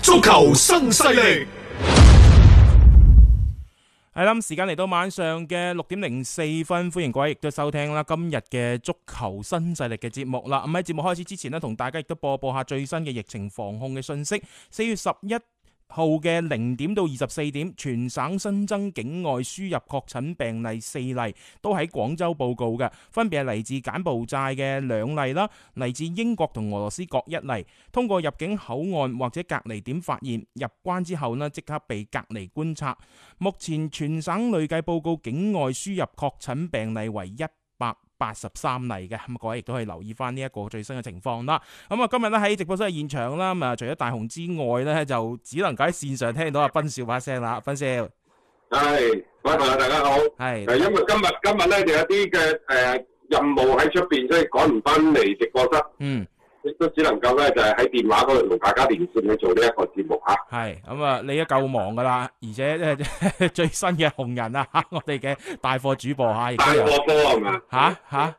足球新勢力，系啦，咁時間嚟到晚上嘅六點零四分，歡迎各位亦都收聽啦今日嘅足球新勢力嘅節目啦。咁喺節目開始之前呢，同大家亦都播報下最新嘅疫情防控嘅信息。四月十一號嘅零點到二十四點，全省新增境外輸入確診病例四例，都喺廣州報告嘅，分別係嚟自柬埔寨嘅兩例啦，嚟自英國同俄羅斯各一例。通過入境口岸或者隔離點發現，入關之後呢，即刻被隔離觀察。目前全省累計報告境外輸入確診病例為一百八十三例嘅，咁各位亦都可以留意翻呢一個最新嘅情況啦。咁啊，今日咧喺直播室嘅現場啦，咁啊，除咗大雄之外咧，就只能夠喺線上聽到阿斌少把聲啦。斌少系，各位朋友大家好。係誒，因為今日今日咧就有啲嘅誒任務喺出邊，所以趕唔翻嚟直播室，嗯亦都只能夠咧就係喺電話嗰度同大家連線去做呢一個節目嚇。係咁啊，你都夠忙噶啦，而且呃 最新嘅紅人啊， 我哋嘅大貨主播啊嚇，亦大都有 貨科係嘛？嚇嚇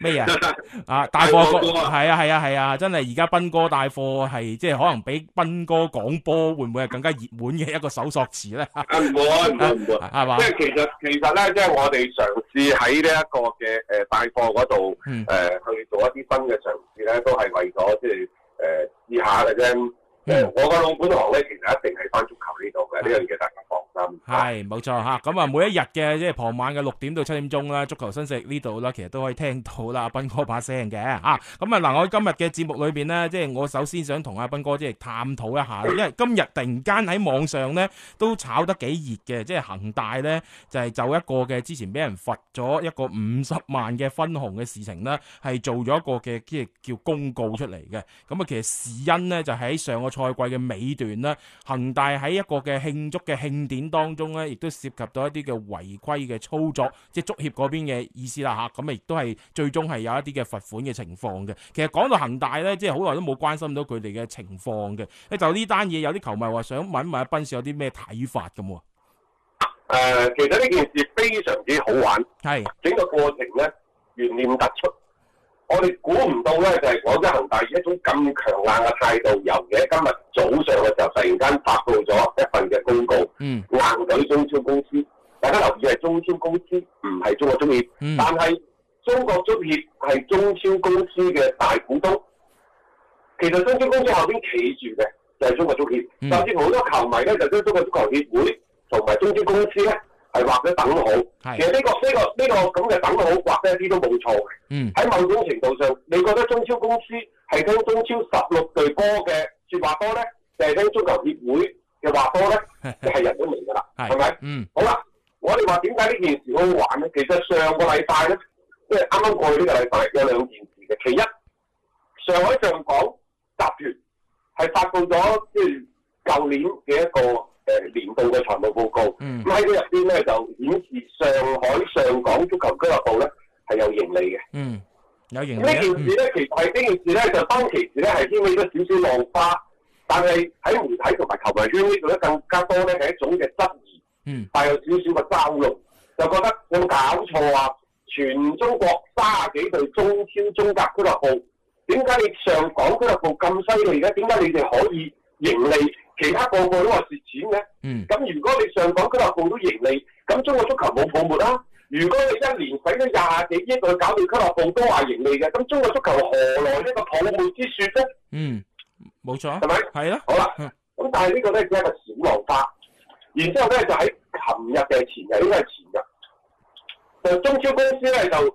咩嘢啊？啊！大大貨哥貨哥啊係啊係啊係啊！真係而家斌哥帶貨係即係可能比斌哥講波會唔會係更加熱門嘅一個搜索詞咧？啊唔會唔會唔會。係嘛即？係其實其實咧，即係我哋嘗試喺呢一個嘅誒帶貨嗰度嗯誒去做一啲新嘅嘗試咧，都係為咗即係誒試下嘅啫。誒嗯，我個老本行咧，其實一定係翻足球呢度嘅，呢樣嘢大家放心。係冇錯吓，咁啊每一日嘅即係傍晚嘅六點到七點鐘啦，足球新勢力呢度啦，其實都可以聽到啦，阿斌哥把聲嘅吓。啊咁啊嗱，我今日嘅節目裏边呢，即係我首先想同阿斌哥即係探討一下，因為今日突然間喺網上呢都炒得幾熱嘅，即係恒大呢，就係就一個嘅之前俾人罰咗一個五十萬嘅分紅嘅事情啦，係做咗一個嘅即係叫公告出嚟嘅。咁啊，其實事因呢，就喺上個賽季嘅尾段啦。恒大喺一個嘅慶祝嘅慶典當中咧，亦都涉及到一啲嘅違規嘅操作，即係足協嗰邊嘅意思啦吓，咁啊，亦都係最終係有一啲嘅罰款嘅情況嘅。其實講到恒大咧，即係好耐都冇關心到佢哋嘅情況嘅。咧就呢單嘢，有啲球迷話想問一問阿斌少有啲咩睇法咁喎？誒、呃其實呢件事非常之好玩，係整個過程咧懸念突出。我哋估唔到咧，就係廣州恒大以一種咁強硬嘅態度，由嘅今日早上嘅時候，突然間發布咗一份嘅公告，嗯硬懟中超公司。大家留意係中超公司，唔係中國足協，嗯但係中國足協係中超公司嘅大股東。其實中超公司後邊企住嘅就係中國足協，嗯甚至乎好多球迷咧就將中國足球協會同埋中超公司咧係畫咗等號。係其實呢、個呢、個呢、個咁嘅等號畫得一啲都冇錯嘅。嗯喺某種程度上，你覺得中超公司係聽中超十六隊波嘅説話多咧，定係聽足球協會嘅話 多咧？你係人都明㗎啦，係咪係？嗯好啦，我哋話點解呢件事好好玩咧？其實上個禮拜咧，即係啱啱過去呢個禮拜有兩件事嘅。其一，上海上港集團係發布咗即係舊年嘅一個誒、呃年度嘅財務報告。嗯咁喺佢入邊咧就顯示上海上港足球俱樂部咧係有盈利嘅。嗯，有咁型呢件事嘅，咧，其實係呢件事咧，就當其時咧係掀起咗少少浪花，但係喺媒體同埋球迷圈呢度咧，更加多咧係一種嘅質疑。嗯但有少少嘅嘲弄，就覺得有冇搞錯啊？全中國三十幾隊中超、中甲俱樂部，點解你上港俱樂部咁犀利嘅？點解你哋可以盈利，其他個個都話蝕錢嘅？嗯咁如果你上港俱樂部都盈利，咁中國足球冇泡沫啦、如果你一年使咗廿幾億去搞掂俱樂部都話盈利嘅，咁中國足球何來呢個泡沫之説咧？嗯嗯，冇錯啊係，咪？係咯，好啦嗯，咁但係呢個咧只係一個小浪花。然之後咧就喺琴日定係前日，應該係前日，就中超公司咧就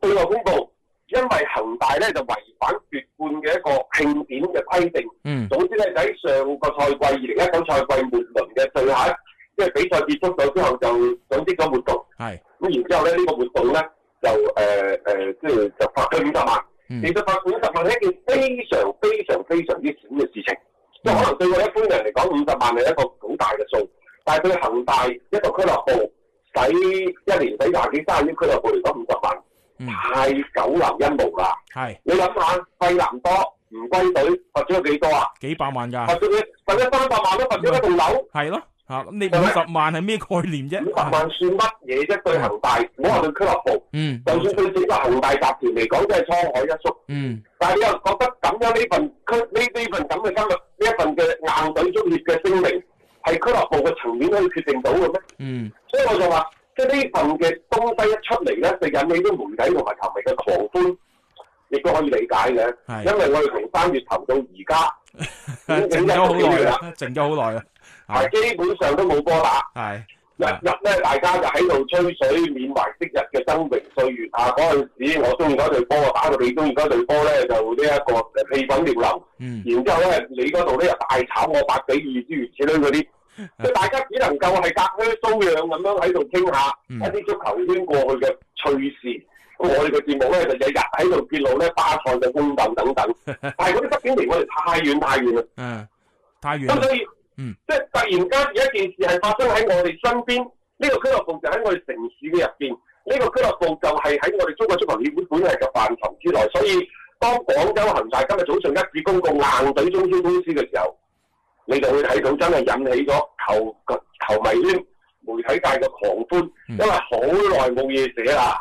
對外公佈，因為恒大咧就違反奪冠嘅一個慶典嘅規定。嗯總之咧，就喺上個賽季二零一九賽季末輪嘅最後一，即係比賽結束咗之後就組織咗活動。係咁然之後咧，呢、個活動咧就誒誒、呃呃即係就發咗五十萬。嗯其實發五十萬係一件非常非常非常之少嘅事情，即係可能對我一般人嚟講，五十萬係一個好大嘅數，但係對恒大一個俱樂部使一年使廿幾三十億俱樂部嚟講，五十萬、嗯太久留一無啦。係你諗下，費南多唔歸隊罰咗幾多啊？幾百萬㗎罰，咗佢罰咗三百萬都罰咗一棟樓，係咯嚇，咁你五十萬係咩概念五十啫？啊萬算乜嘢啫？對恒大，唔好話對俱樂部，嗯就算對整個恒大集團嚟講，真係滄海一粟。嗯但係你又覺得咁樣呢份區呢呢份咁嘅今日呢一份嘅硬隊足協嘅聲明，係俱樂部嘅層面可以決定到嘅咩？嗯所以我就話，即係呢份嘅東西一出嚟咧，就引起啲媒體同埋球迷嘅狂歡，亦都可以理解嘅。係因為我哋從三月頭到而家，已經靜咗好一個幾耐月啦啦，靜咗好耐啦，係啊係基本上都冇波打。係啊日日咧，大家就喺度吹水，緬懷昔日嘅爭榮歲月啊！嗰陣時我中意嗰隊波，我打到你中意嗰隊波咧，就呢一個誒氣滾尿嗯流。然之後咧，你嗰度咧又大炒我八比二諸如此 類嗰啲，即係大家只能夠係隔靴搔癢咁樣喺度傾下嗯一啲足球圈過去嘅趣事。咁我哋嘅節目咧就日日喺度揭露咧巴塞嘅宮鬥等 等，但係嗰啲畢竟離我哋太遠太遠啦。嗯，太遠咁啦，所以，嗯即係突然間有一件事係發生喺我哋身邊，呢、個俱樂部就喺我哋城市嘅入邊，呢、個俱樂部就係喺我哋中國足球協會管轄嘅範疇之內。所以，當廣州恒大今日早上一致公告硬隊中超公司嘅時候，你就會睇到真係引起咗球球迷圈、媒體界嘅狂歡，嗯因為好耐冇嘢 寫啦，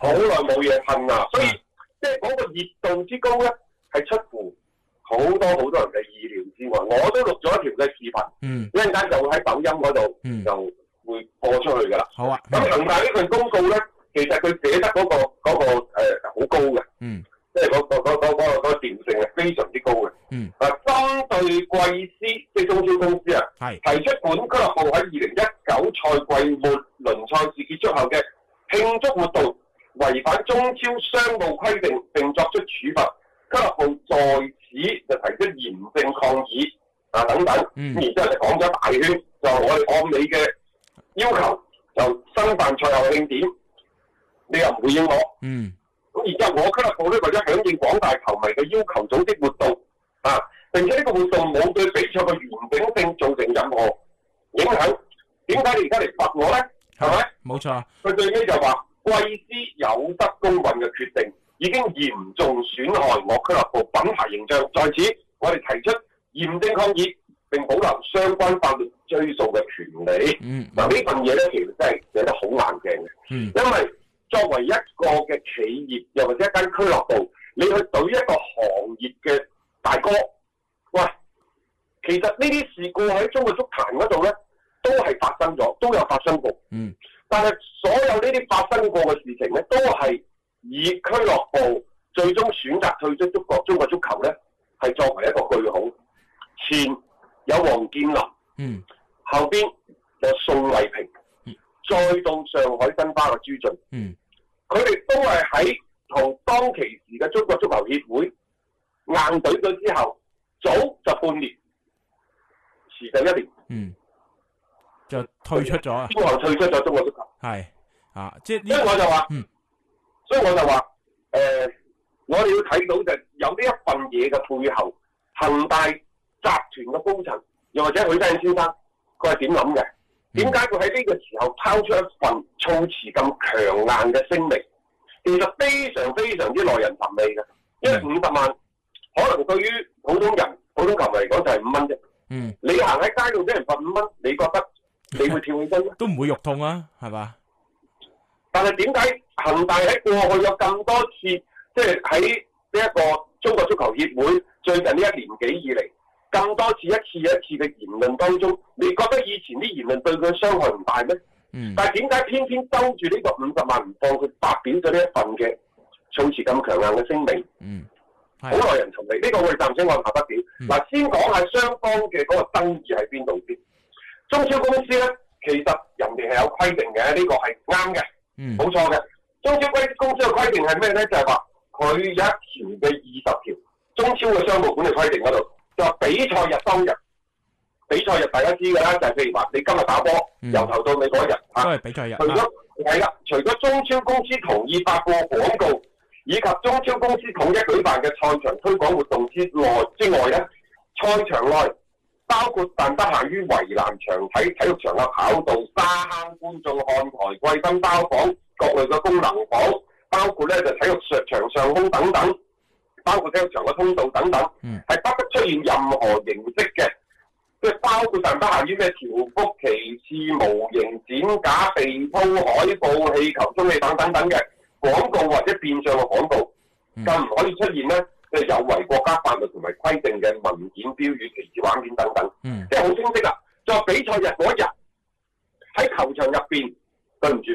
好耐冇嘢噴啦，所以嗯即係嗰個熱度之高咧，係出乎好多好多人嘅意料之外。我都錄咗一條嘅視頻，嗯一陣間就會喺抖音嗰度嗯就會播出去㗎啦。好啊，咁恒大呢份公告咧，其實佢寫得嗰、個嗰、個呃好、高嘅。嗯即係嗰個嗰嗰嗰個嗰調性係非常之高嘅。嗯。啊，針對貴司即係中超公司啊，係提出本俱樂部喺二零一九賽季末輪賽事結束後嘅慶祝活動違反中超商務規定並作出處罰，俱樂部在此就提出嚴正抗議啊等等。嗯然之後就講咗大圈，就話我哋按你嘅要求就申辦賽後慶典，你又唔回應我。嗯咁然之後，我俱樂部咧為咗響應廣大球迷嘅要求，組織活動啊，並且呢個活動冇對比賽嘅完整性造成任何影響。點解你而家嚟罰我咧？係咪？冇錯，佢最尾就話貴司有失公允嘅決定，已經嚴重損害我俱樂部品牌形象。在此，我哋提出嚴正抗議，並保留相關法律追訴嘅權利。嗯嗱，呢份嘢咧，其實真係寫得好硬淨嘅。嗯因為作為一個嘅企業，又或者一間俱樂部，你去對一個行業嘅大哥，喂，其實呢啲事故喺中國足壇嗰度咧，都係發生咗，都有發生過。嗯但係所有呢啲發生過嘅事情咧，都係以俱樂部最終選擇退出中國中國足球咧，係作為一個句號。前有王健林。嗯後邊有宋麗萍，再到上海申花嘅朱俊，嗯佢哋都係喺同當其時嘅中國足球協會硬懟咗之後，早就半年，遲就一年，嗯，就退出咗啊，之後退出咗中國足球。係啊，即係所以呢我就話，嗯所以我就話，誒、我哋要睇到就有呢一份嘢嘅背後，恒大集團嘅高層，又或者許世先生，佢係點諗嘅？點解佢喺呢個時候拋出一份措辭咁強硬嘅聲明？其實非常非常之耐人尋味嘅，因為五十萬可能對於普通人、普通球迷嚟講就係五蚊啫。嗯你行喺街度俾人罰五蚊，你覺得你會跳起身咩？都唔會肉痛啊，係嘛？但係點解恒大喺過去有咁多次，即係喺呢一個中國足球協會最近呢一年幾以嚟，咁多次一次又一次嘅言論當中，你覺得以前啲言論對佢傷害唔大咩？嗯但係點解偏偏兜住呢個五十萬唔放，佢發表咗呢一份嘅措辭咁強硬嘅聲明？嗯好耐人尋味。呢、個我哋暫且按下不表。嗱、先講下雙方嘅嗰個爭議喺邊度先。中超公司咧，其實人哋係有規定嘅，呢、個係啱嘅，嗯冇錯嘅。中超規公司嘅規定係咩咧？就係話佢有一條嘅二十條中超嘅商務管理規定嗰度，就話比賽日當日，比賽日大家知㗎啦，就係、譬如話你今日打波，嗯由頭到尾嗰一日都嚇。係比賽日除啊咗係啦，除咗中超公司同意發布廣告，以及中超公司統一舉辦嘅賽場推廣活動之內之外咧，賽場內包括但不限於圍欄、場體、體育場嘅跑道、沙坑、觀眾看台、貴賓包房、各類嘅功能房，包括咧就體育場上空等等，包括體育場嘅通道等等，係、嗯不得出現任何形式嘅。即係包括但不限於咩條幅、旗幟、模型、剪假、被鋪、海報、氣球、充氣等等等嘅廣告或者變相嘅廣告，嗯更唔可以出現咧即係有違國家法律同埋規定嘅文件、標語、旗幟、畫面等等，嗯即係好清晰啦。作比賽日嗰日喺球場入邊，對唔住，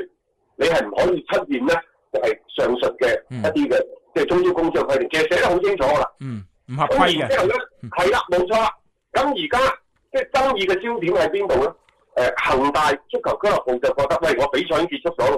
你係唔可以出現咧，就係、上述嘅嗯一啲嘅即係中超公司嘅規定，其實寫得好清楚噶啦。嗯，唔合咁規然之後嘅，嗯咧，係啦，冇錯啦。咁而家即係爭議嘅焦點喺邊度咧？誒、恒大足球俱樂部就覺得，喂，我比賽已經結束咗咯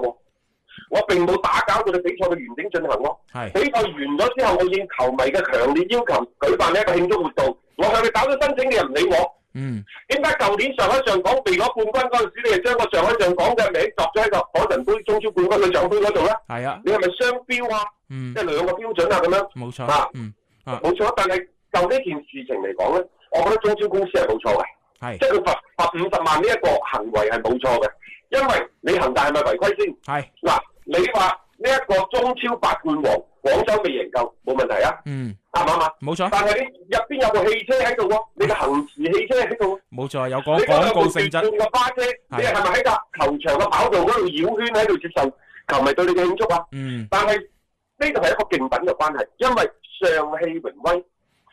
喎，我並冇打攪佢哋比賽嘅完整進行喎。係比賽完咗之後，我應球迷嘅強烈要求舉辦呢一個慶祝活動，我向你搞咗申請，你又唔理我。嗯點解舊年上海上港被攞冠軍嗰陣時，你係將個上海上港嘅名作咗喺個海神杯中超冠軍嘅獎杯嗰度咧？係啊，你係咪雙標啊？嗯即係兩個標準啊咁樣？冇啊錯，嗯啊冇錯，但係就呢件事情嚟講咧，我覺得中超公司係冇錯嘅，即係係佢罰罰五十萬呢一個行為係冇錯嘅，因為你恒大係咪違規先？係嗱，你話呢一個中超八冠王，廣州未贏夠冇問題啊，嗯啱唔啱啊？冇錯但係你入邊有部汽車喺度喎，你嘅恒馳汽車喺度喎，冇錯，有你講嗰廣兩部告性質奪冠。嘅花車，你係咪喺架球場嘅跑道嗰度繞圈喺度接受球迷對你嘅慶祝啊？嗯但係呢度係一個競品嘅關係，因為上汽榮威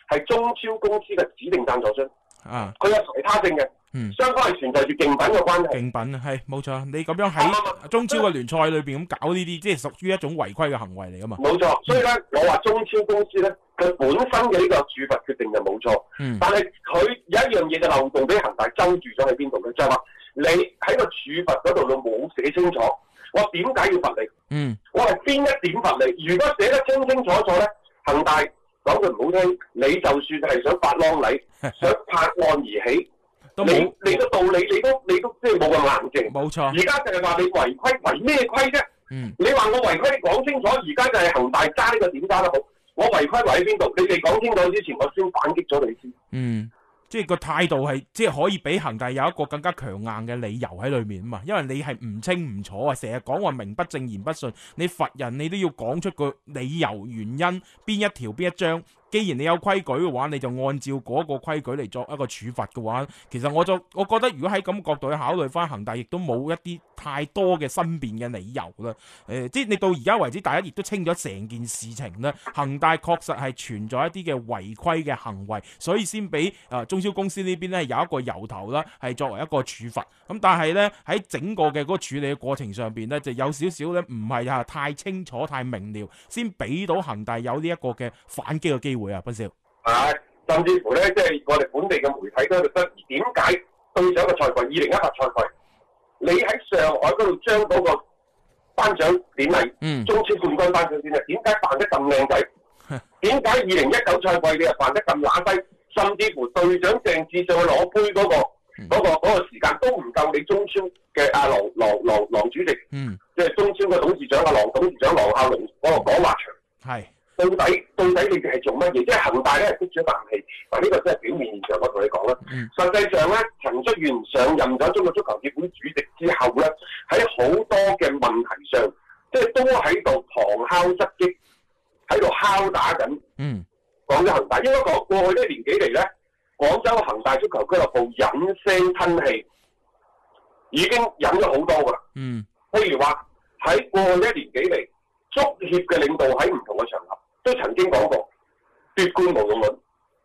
係中超公司嘅指定贊助商，啊，佢有排他性嘅嗯，雙方係存在住競品嘅關係。競品啊係冇錯，你咁樣啱啱喺啱中超嘅聯賽裏邊咁搞呢啲，即係屬於一種違規嘅行為嚟噶嘛。冇錯，所以咧，我話中超公司咧，佢本身嘅呢個處罰決定就冇錯，嗯但係佢有一樣嘢嘅漏洞俾恒大揪住咗喺邊度咧，就係、話你喺個處罰嗰度你冇寫清楚，我點解要罰你？嗯我係邊一點罰你？如果寫得清清楚楚咧，恒大講句唔好聽，你就算係想發啷 禮，想拍案而起，都你冇你嘅道理你都你都即係冇咁硬淨。冇錯而，家就係話你違規，違咩規啫？嗯你話我違規，你講清楚。而家就係恒大揸呢個點揸得好，我違規違喺邊度？你哋講清楚之前，我先反擊咗你先。嗯，即係個態度係即係可以俾恒大有一個更加強硬嘅理由喺裏面啊嘛，因為你係唔清唔楚啊，成日講話名不正言不順，你罰人你都要講出個理由原因，邊一條邊一章。既然你有規矩嘅話，你就按照嗰個規矩嚟作一個處罰嘅話，其實我就我覺得如果喺咁角度去考慮翻恒大，亦都冇一啲太多嘅申辯嘅理由啦。誒、即係你到而家為止，大家亦都清咗成件事情啦。恒大確實係存在一啲嘅違規嘅行為，所以先俾誒中超公司呢邊咧有一個由頭啦，係作為一個處罰。咁但係呢，喺整個嘅嗰個處理嘅過程上邊呢，就有少少呢唔係啊太清楚、太明瞭，先俾到恒大有呢一個嘅反擊嘅機會啊，斌少。係，甚至乎咧，即係我哋本地嘅媒體都喺度質疑，點解對上一個賽季二零一八賽季，你喺上海嗰度將嗰個頒獎典禮，嗯中超冠軍頒獎典禮，點解辦得咁靚仔？點解二零一九賽季你又辦得咁乸低？甚至乎隊長鄭智上去攞杯嗰、個嗰、個嗰、個時間都唔夠你中超嘅阿郎郎郎郎主席，嗯，即係中超嘅董事長阿郎董事長郎孝龍嗰個講話長。係，到底到底你哋係做乜嘢？即係恒大咧係逼咗啖氣，嗱呢個真係表面現象，我同你講啦。嗯實際上咧，陳戌源上任咗中國足球協會主席之後咧，喺好多嘅問題上，即係都喺度旁敲側擊，喺度敲打緊嗯廣州恒大。應該講過去呢年幾嚟咧，廣州恒大足球俱樂部忍聲吞氣，已經忍咗好多噶啦。嗯譬如話喺過去一年幾嚟，足協嘅領導喺唔同嘅場合都曾經講過奪冠無用論。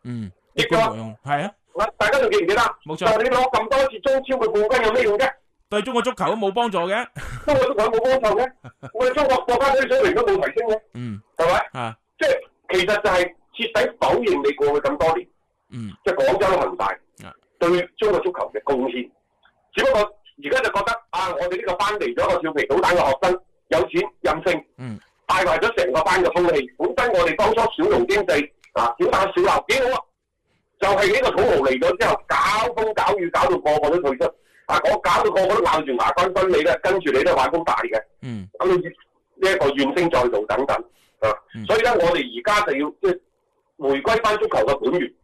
嗯，亦亦都冇用，係啊，嗱，大家仲記唔記得？冇錯就係你攞咁多次中超嘅冠軍有咩用啫？對中國足球都冇幫助嘅。中國足球有冇幫 助嘅？我哋中國國家隊水平都冇提升嘅，嗯係咪？啊，即係其實就係徹底否認你過去咁多年，嗯即係廣州恒大啊對中國足球嘅貢獻，只不過而家就覺得啊，我哋呢個班嚟咗個調皮搗蛋嘅學生，有錢任性，嗯，敗壞咗成個班嘅風氣。本身我哋當初小農經濟啊，小打小鬧幾好啊，就係、呢個土豪嚟咗之後，搞風搞雨，搞到個個都退出。啊！我搞到個個都咬住牙關分你咧，跟住你都玩風大嘅。嗯咁你呢一個怨聲載道等等啊，嗯所以咧我哋而家就要即係回歸翻足球嘅本源，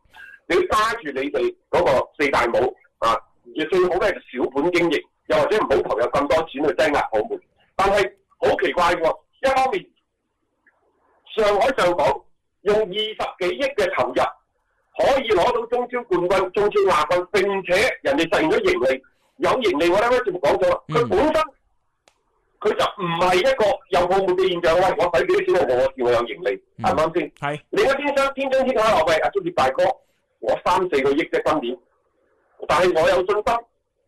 你要揸住你哋嗰個四大帽啊，而最好咧就小本經營，又或者唔好投入咁多錢去擠壓澳門。但係好奇怪喎，一方面上海上港用二十幾億嘅投入可以攞到中超冠軍、中超亞軍，並且人哋實現咗盈利，有盈利我啱啱節目講咗啦，佢嗯本身。佢就唔係一個有泡沫嘅現象。喂，我使幾多錢去我叫我有盈利，啱唔啱先？係你個天商天津啊天海話喂，阿足協大哥，我三四個億啫今年，但係我有信心，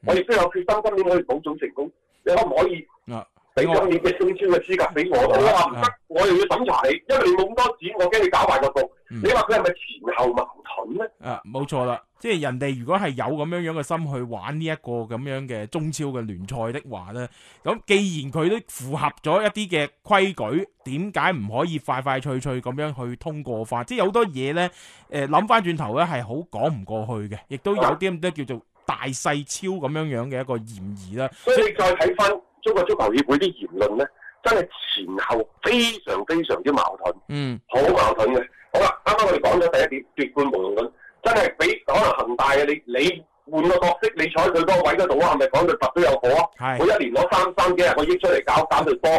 我亦都有決心今年可以保組成功。你可唔可以啊，俾我今年嘅中超嘅資格俾我？我話唔得，我又要審查你，因為你冇咁多錢，我驚你搞壞個局。嗯你話佢係咪前後矛盾咧？啊，冇錯啦，即係人哋如果係有咁樣樣嘅心去玩呢一個咁樣嘅中超嘅聯賽的話呢，咁既然佢都符合咗一啲嘅規矩，點解唔可以快快脆脆咁樣去通過法？即係有好多嘢呢，誒諗翻轉頭呢係好講唔過去嘅，亦都有啊啲咁多叫做大細超咁樣樣嘅一個嫌疑啦。所以你再睇翻中國足球協會啲言論咧，真係前後非常非常之矛盾。嗯好矛盾嘅。好啦，啱啱我哋講咗第一點奪冠無用論，真係俾可能恒大嘅你你換個角色，你坐喺佢嗰個位嗰度啊，係咪講到揼都有火啊？係每一年攞三三幾廿個億出嚟搞搞隊波，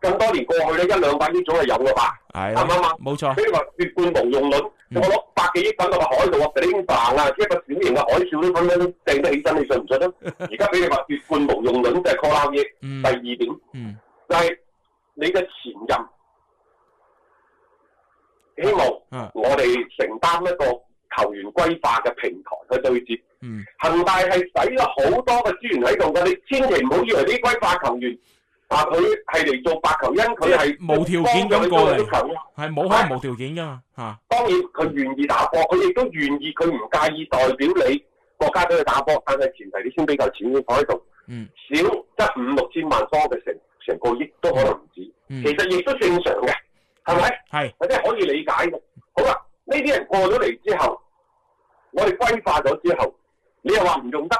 咁多年過去咧，一兩百億總係有嘅吧？係啱唔啱啊冇錯所，以話奪冠無用論，嗯我攞百幾億等落個海度啊，俾啲飯啊，一個小型嘅海嘯都分分鐘掟得起身，你信唔 信啊？而家俾你話奪冠無用論就係 call out 嘢。嗯第二點嗯就係你嘅前任，希望。啊我哋承擔一個球員歸化嘅平台去對接。嗯恒大係使咗好多嘅資源喺度㗎，你千祈唔好以為啲歸化球員啊，佢係嚟做白球因，佢係即係無條件咁過嚟幫助你足球嘅係冇可能無條件噶嘛嚇，當然佢願意打波，佢亦都願意，佢唔介意代表你國家隊去打波，但係前提你先俾嚿錢先放喺度，嗯少則五六千萬方嘅成成個億都可能唔止，嗯其實亦都正常嘅，係咪？係或者可以理解嘅。好啦，呢啲人過咗嚟之後，我哋規化咗之後，你又話唔用得，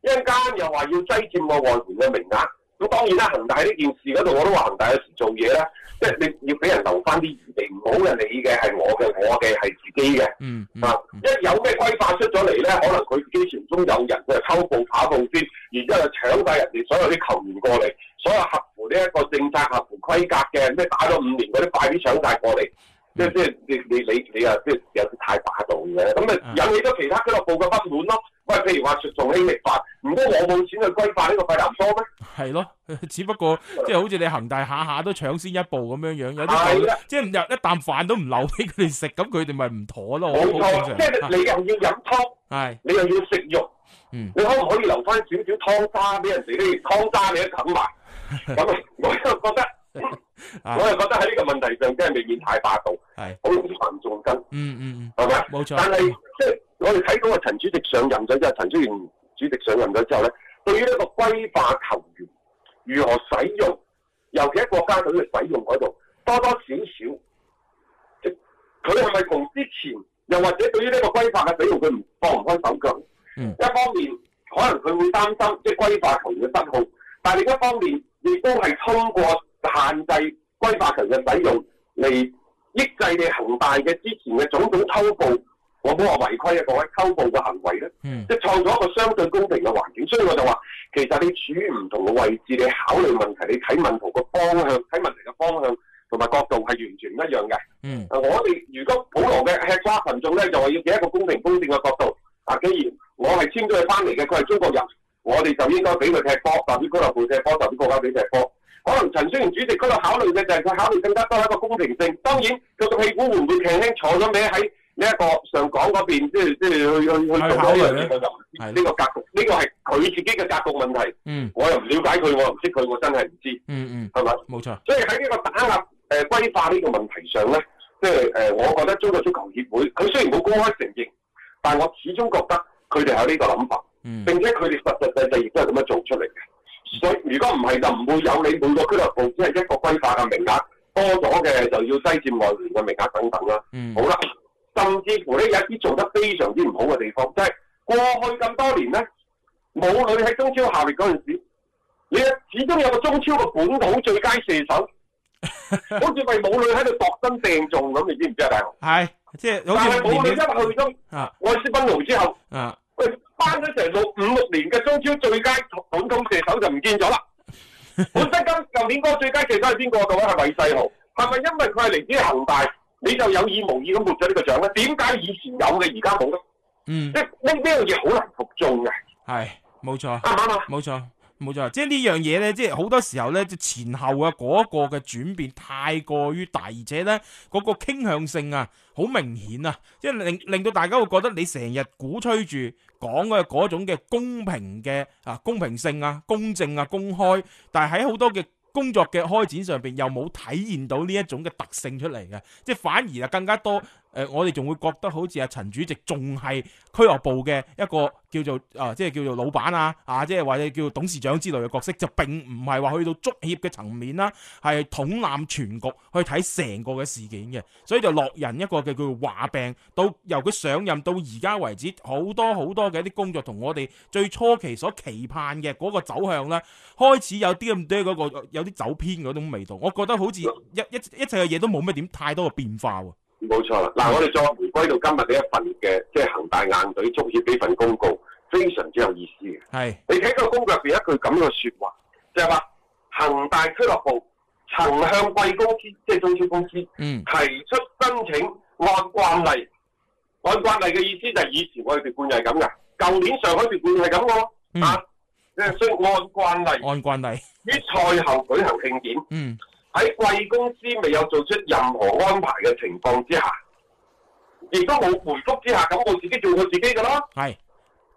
一陣間又話要擠佔個外援嘅名額。咁當然啦，恒大呢件事嗰度我都話恒大有時做嘢啦，即係你要俾人留翻啲餘地，唔好嘅你嘅係我嘅，我嘅係自己嘅。嗯嗯啊！一有咩規範出咗嚟咧，可能佢自己傳中有人，佢就偷步跑步先，然之後就搶晒人哋所有啲球員過嚟，所有合乎呢一個政策、合乎規格嘅，咩打咗五年嗰啲快啲搶晒過嚟，嗯即係即係你你你你啊，即係有啲太霸道嘅，咁咪嗯引起咗其他俱樂部嘅不滿咯。喂，譬如話重興力法，唔通我冇錢去規範呢個費南多咩？係咯，只不過即係好似你恒大下下都搶先一步咁樣樣，有啲係就啦即係又一啖飯都唔留俾佢哋食，咁佢哋咪唔妥咯。冇好錯，正即常係你又要飲湯，係你又要食肉，嗯你可唔可以留翻少少湯渣俾人哋咧？湯渣你都 冚埋，咁我又覺得。啊我又覺得喺呢個問題上真係未免太霸道，係好容易群眾爭，嗯嗯係咪？嗯，冇但係錯，即係我哋睇到啊，陳主席上任咗之後，陳主席主席上任咗之後咧，對於呢個歸化球員如何使用，尤其喺國家隊嘅使用嗰度，多多少少，即係佢係咪同之前，又或者對於呢個歸化嘅使用，佢唔放唔開手腳？嗯一方面可能佢會擔心即係歸化球員嘅失控，但係另一方面亦都係通過限制歸化球員嘅使用嚟抑制你恒大嘅之前嘅種種偷步，我冇話違規啊，各位偷步嘅行為咧，嗯即係創造一個相對公平嘅環境。所以我就話，其實你處於唔同嘅位置，你考慮問題，你睇問題個方向，睇問題嘅方向同埋角度係完全唔一樣嘅。嗯我哋如果普羅嘅吃瓜群眾咧，就話要企一個公平公正嘅角度。啊，既然我係簽咗佢翻嚟嘅，佢係中國人，我哋就應該俾佢踢波，代表俱樂部踢波，代表國家隊踢波。可能陳宣賢主席嗰度考慮嘅就係佢考慮更加多一個公平性。當然，佢個屁股會唔會輕輕坐咗尾喺呢一個上港嗰邊，即係即係去去去做考呢慮樣咧嘢，我就唔知呢個格局，呢個係佢自己嘅格局問題。嗯我又唔了解佢，我又唔識佢，我真係唔知，嗯係咪？嗯，冇錯，所以喺呢個打壓誒規化呢個問題上咧，即係誒，我覺得中國足球協會佢雖然冇公開承認，但我始終覺得佢哋有呢個諗法。嗯並且佢哋實實際際亦都係咁樣做出嚟嘅。所以如果唔係就唔會有你每個俱樂部只係一個歸化嘅名額，多咗嘅就要西佔外援嘅名額等等啦。嗯好啦，甚至乎咧有一啲做得非常之唔好嘅地方，就係、過去咁多年咧，武磊喺中超效力嗰陣時，你始終有個中超嘅本土最佳射 手，好似為武磊喺度度身訂中咁，你知唔知啊，大雄？系即係好但似係武磊一年去咗啊愛斯賓奴之後。啊喂，翻咗成六五六年嘅中超最佳本土射手就唔見咗啦。本身今舊年嗰個最佳射手係邊個嘅話係韋世豪，係咪因為佢係嚟自恒大，你就有意無意咁抹咗呢個獎咧？點解以前有嘅而家冇咧？嗯即係呢呢樣嘢好難服眾嘅，係冇錯。啱唔啱啊？冇錯，冇錯，即係呢樣嘢咧，即係好多時候咧，即係前後啊嗰一個嘅轉變太過於大，而且咧嗰、個傾向性啊，好明顯啊，即係令令到大家會覺得你成日鼓吹住講嘅嗰種嘅公平嘅啊公平性啊、公正啊、公開，但係喺好多嘅。工作嘅開展上邊又冇體現到呢一種嘅特性出嚟嘅，即係反而啊更加多誒、呃我哋仲會覺得好似阿陳主席仲係俱樂部嘅一個叫做啊、即係叫做老闆啊，啊，即係或者叫做董事長之類嘅角色，就並唔係話去到足協嘅層面啦，係統攬全局去睇成個嘅事件嘅，所以就落人一個嘅叫做話病。到由佢上任到而家為止，好多好多嘅一啲工作同我哋最初期所期盼嘅嗰個走向咧，開始有啲咁多嗰個有啲走偏嗰種味道。我覺得好似一一一切嘅嘢都冇乜點太多嘅變化喎。冇錯啦，嗱，我哋再回歸到今日呢一份嘅即係恒大硬隊足協呢份公告，非常之有意思嘅。係你睇個公告入邊一句咁嘅説話，就係、話恒大俱樂部曾向貴公司，即係中超公司。嗯提出申請，按慣例，按慣例嘅意思就係以前我哋奪冠就係咁嘅，舊年上海奪冠係咁嘅嗯喎，啊，即係所以按慣例按慣例，於賽後舉行慶典，嗯喺貴公司未有做出任何安排嘅情況之下，亦都冇回覆之下，咁我自己做我自己嘅咯，係。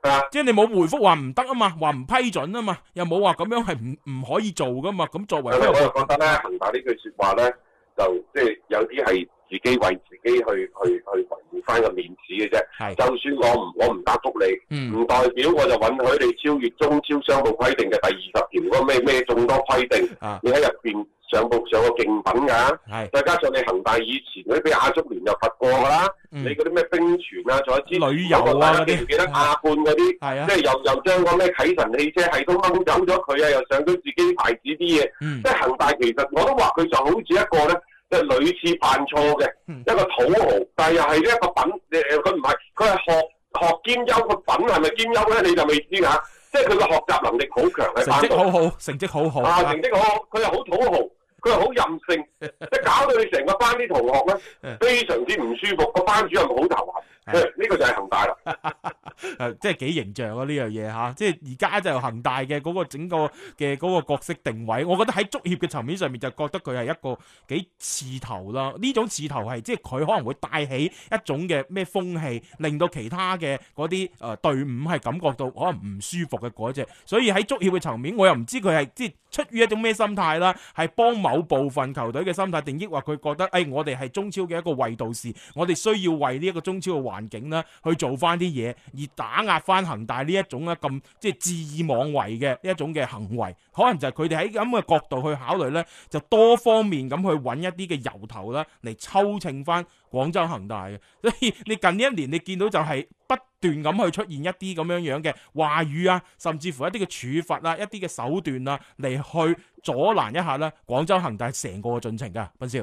啊，即係你冇回覆話唔得啊嘛，話唔批准啊嘛，又冇話咁樣係唔唔可以做噶嘛。咁作為所以我一就個覺得咧，恒大呢句説話咧，就即係有啲係自己為自己去去去維護翻個面子嘅啫。係就算我唔我唔答覆你，嗯唔代表我就允許你超越中超商務規定嘅第二十條嗰個咩咩眾多規定，啊你喺入邊上報上個競品㗎、係再加上你恒大以前嗰啲俾亞足聯又罰過㗎啦，嗯你嗰啲咩冰泉啊，仲有之前旅遊啊嗰個大家嗰啲記唔記得係亞冠嗰啲，係啊即係又又將個咩啟辰汽車係都掹走咗佢啊，又上咗自己牌子啲嘢，嗯即係恒大其實我都話佢就好似一個咧，即係屢次犯錯嘅嗯一個土豪，但係又係一個品誒佢唔係佢係學學兼優，個品係咪兼優咧？你就未知嚇，即係佢個學習能力好強喺成班績度好好，成績好好 啊，啊成績好，佢又好土豪，佢又好任 性，即係搞到你成個班啲同學嗯咧非常之唔舒服，個班主任好頭痕。係誒呢個就係恒大啦，誒，呃即係幾形象啊呢樣嘢嚇，即係而家就恒大嘅嗰個整個嘅嗰個角色定位，我覺得喺足協嘅層面上面就覺得佢係一個幾刺頭啦。呢種刺頭係即係佢可能會帶起一種嘅咩風氣，令到其他嘅嗰啲誒隊伍係感覺到可能唔舒服嘅嗰只。所以喺足協嘅層面，我又唔知佢係即係出於一種咩心態啦，係幫某部分球隊嘅心態，定抑或佢覺得誒、哎我哋係中超嘅一個衛道士，我哋需要為呢一個中超嘅環境啦去做翻啲嘢，而打壓翻恒大呢一種咧咁即係恣意妄為嘅一種嘅行為，可能就係佢哋喺咁嘅角度去考慮呢，就多方面咁去揾一啲嘅由頭啦嚟抽秤翻廣州恒大嘅， 所以你近呢一年你見到就係不斷咁去出現一啲咁樣樣嘅話語啊，甚至乎一啲嘅處罰啦、一啲嘅手段啊，嚟去阻攔一下啦廣州恒大成個嘅進程㗎，斌少。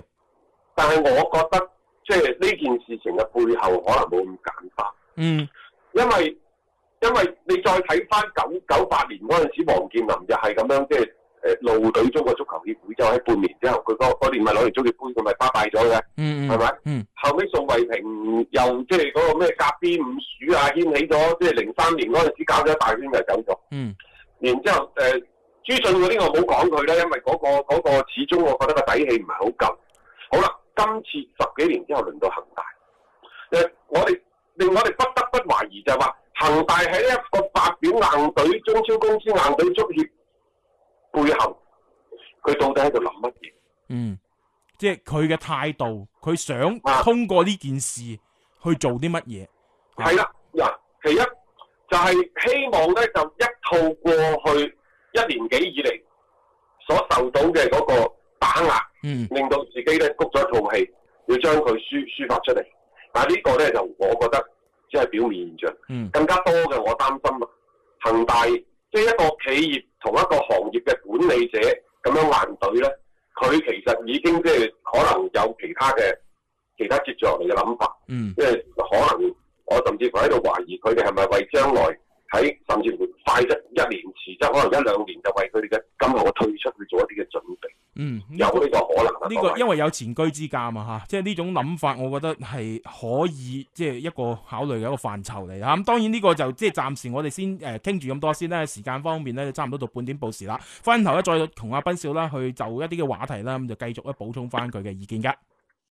但係我覺得即係呢件事情嘅背後可能冇咁簡單。嗯，因為因為你再睇翻九九八年嗰陣時，王健林就係咁樣，即係誒路隊中國足球協會就喺半年之後，佢嗰嗰年咪攞完足協杯，佢咪巴閉咗嘅，嗯係咪？嗯，後尾宋慧平又即係嗰個咩甲 B 五鼠啊，掀起咗，即係零三年嗰陣時搞咗一大圈就走咗。嗯，然之後誒、呃朱信嗰啲我冇講佢啦，因為嗰、個嗰、個始終我覺得個底氣唔係好夠。好啦，今次十幾年之後輪到恒大，誒、我哋令我哋不得不懷疑就係話恒大喺呢一個發表硬隊中超公司硬隊足協背後，佢到底喺度諗乜嘢？嗯，即係佢嘅態度，佢想通過呢件事去做啲乜嘢？係啦，嗱，其一就係希望咧就一套過去一年幾以嚟所受到嘅嗰個打壓，嗯令到自己咧谷咗一套氣，要將佢抒抒發出嚟。但係呢個咧就我覺得只係表面現象，嗯更加多嘅我擔心啊，恒大即係一個企業同一個行業嘅管理者咁樣硬對咧，佢其實已經即係可能有其他嘅其他接住落嚟嘅諗法。嗯即係可能我甚至乎喺度懷疑佢哋係咪為將來喺甚至乎快則一年，遲則可能一兩年就為佢哋嘅今後嘅退出去做一啲嘅準備，嗯，呢有呢個可能啊呢各個位因為有前居之鑑啊嚇，即係呢種諗法，我覺得係可以即係一個考慮嘅一個範疇嚟啊啦。咁當然呢個就即係暫時我哋先誒傾住咁多先啦。時間方面咧，就差唔多到半點報時啦。翻頭咧，再同阿斌少啦去就一啲嘅話題啦，咁就繼續咧補充翻佢嘅意見㗎。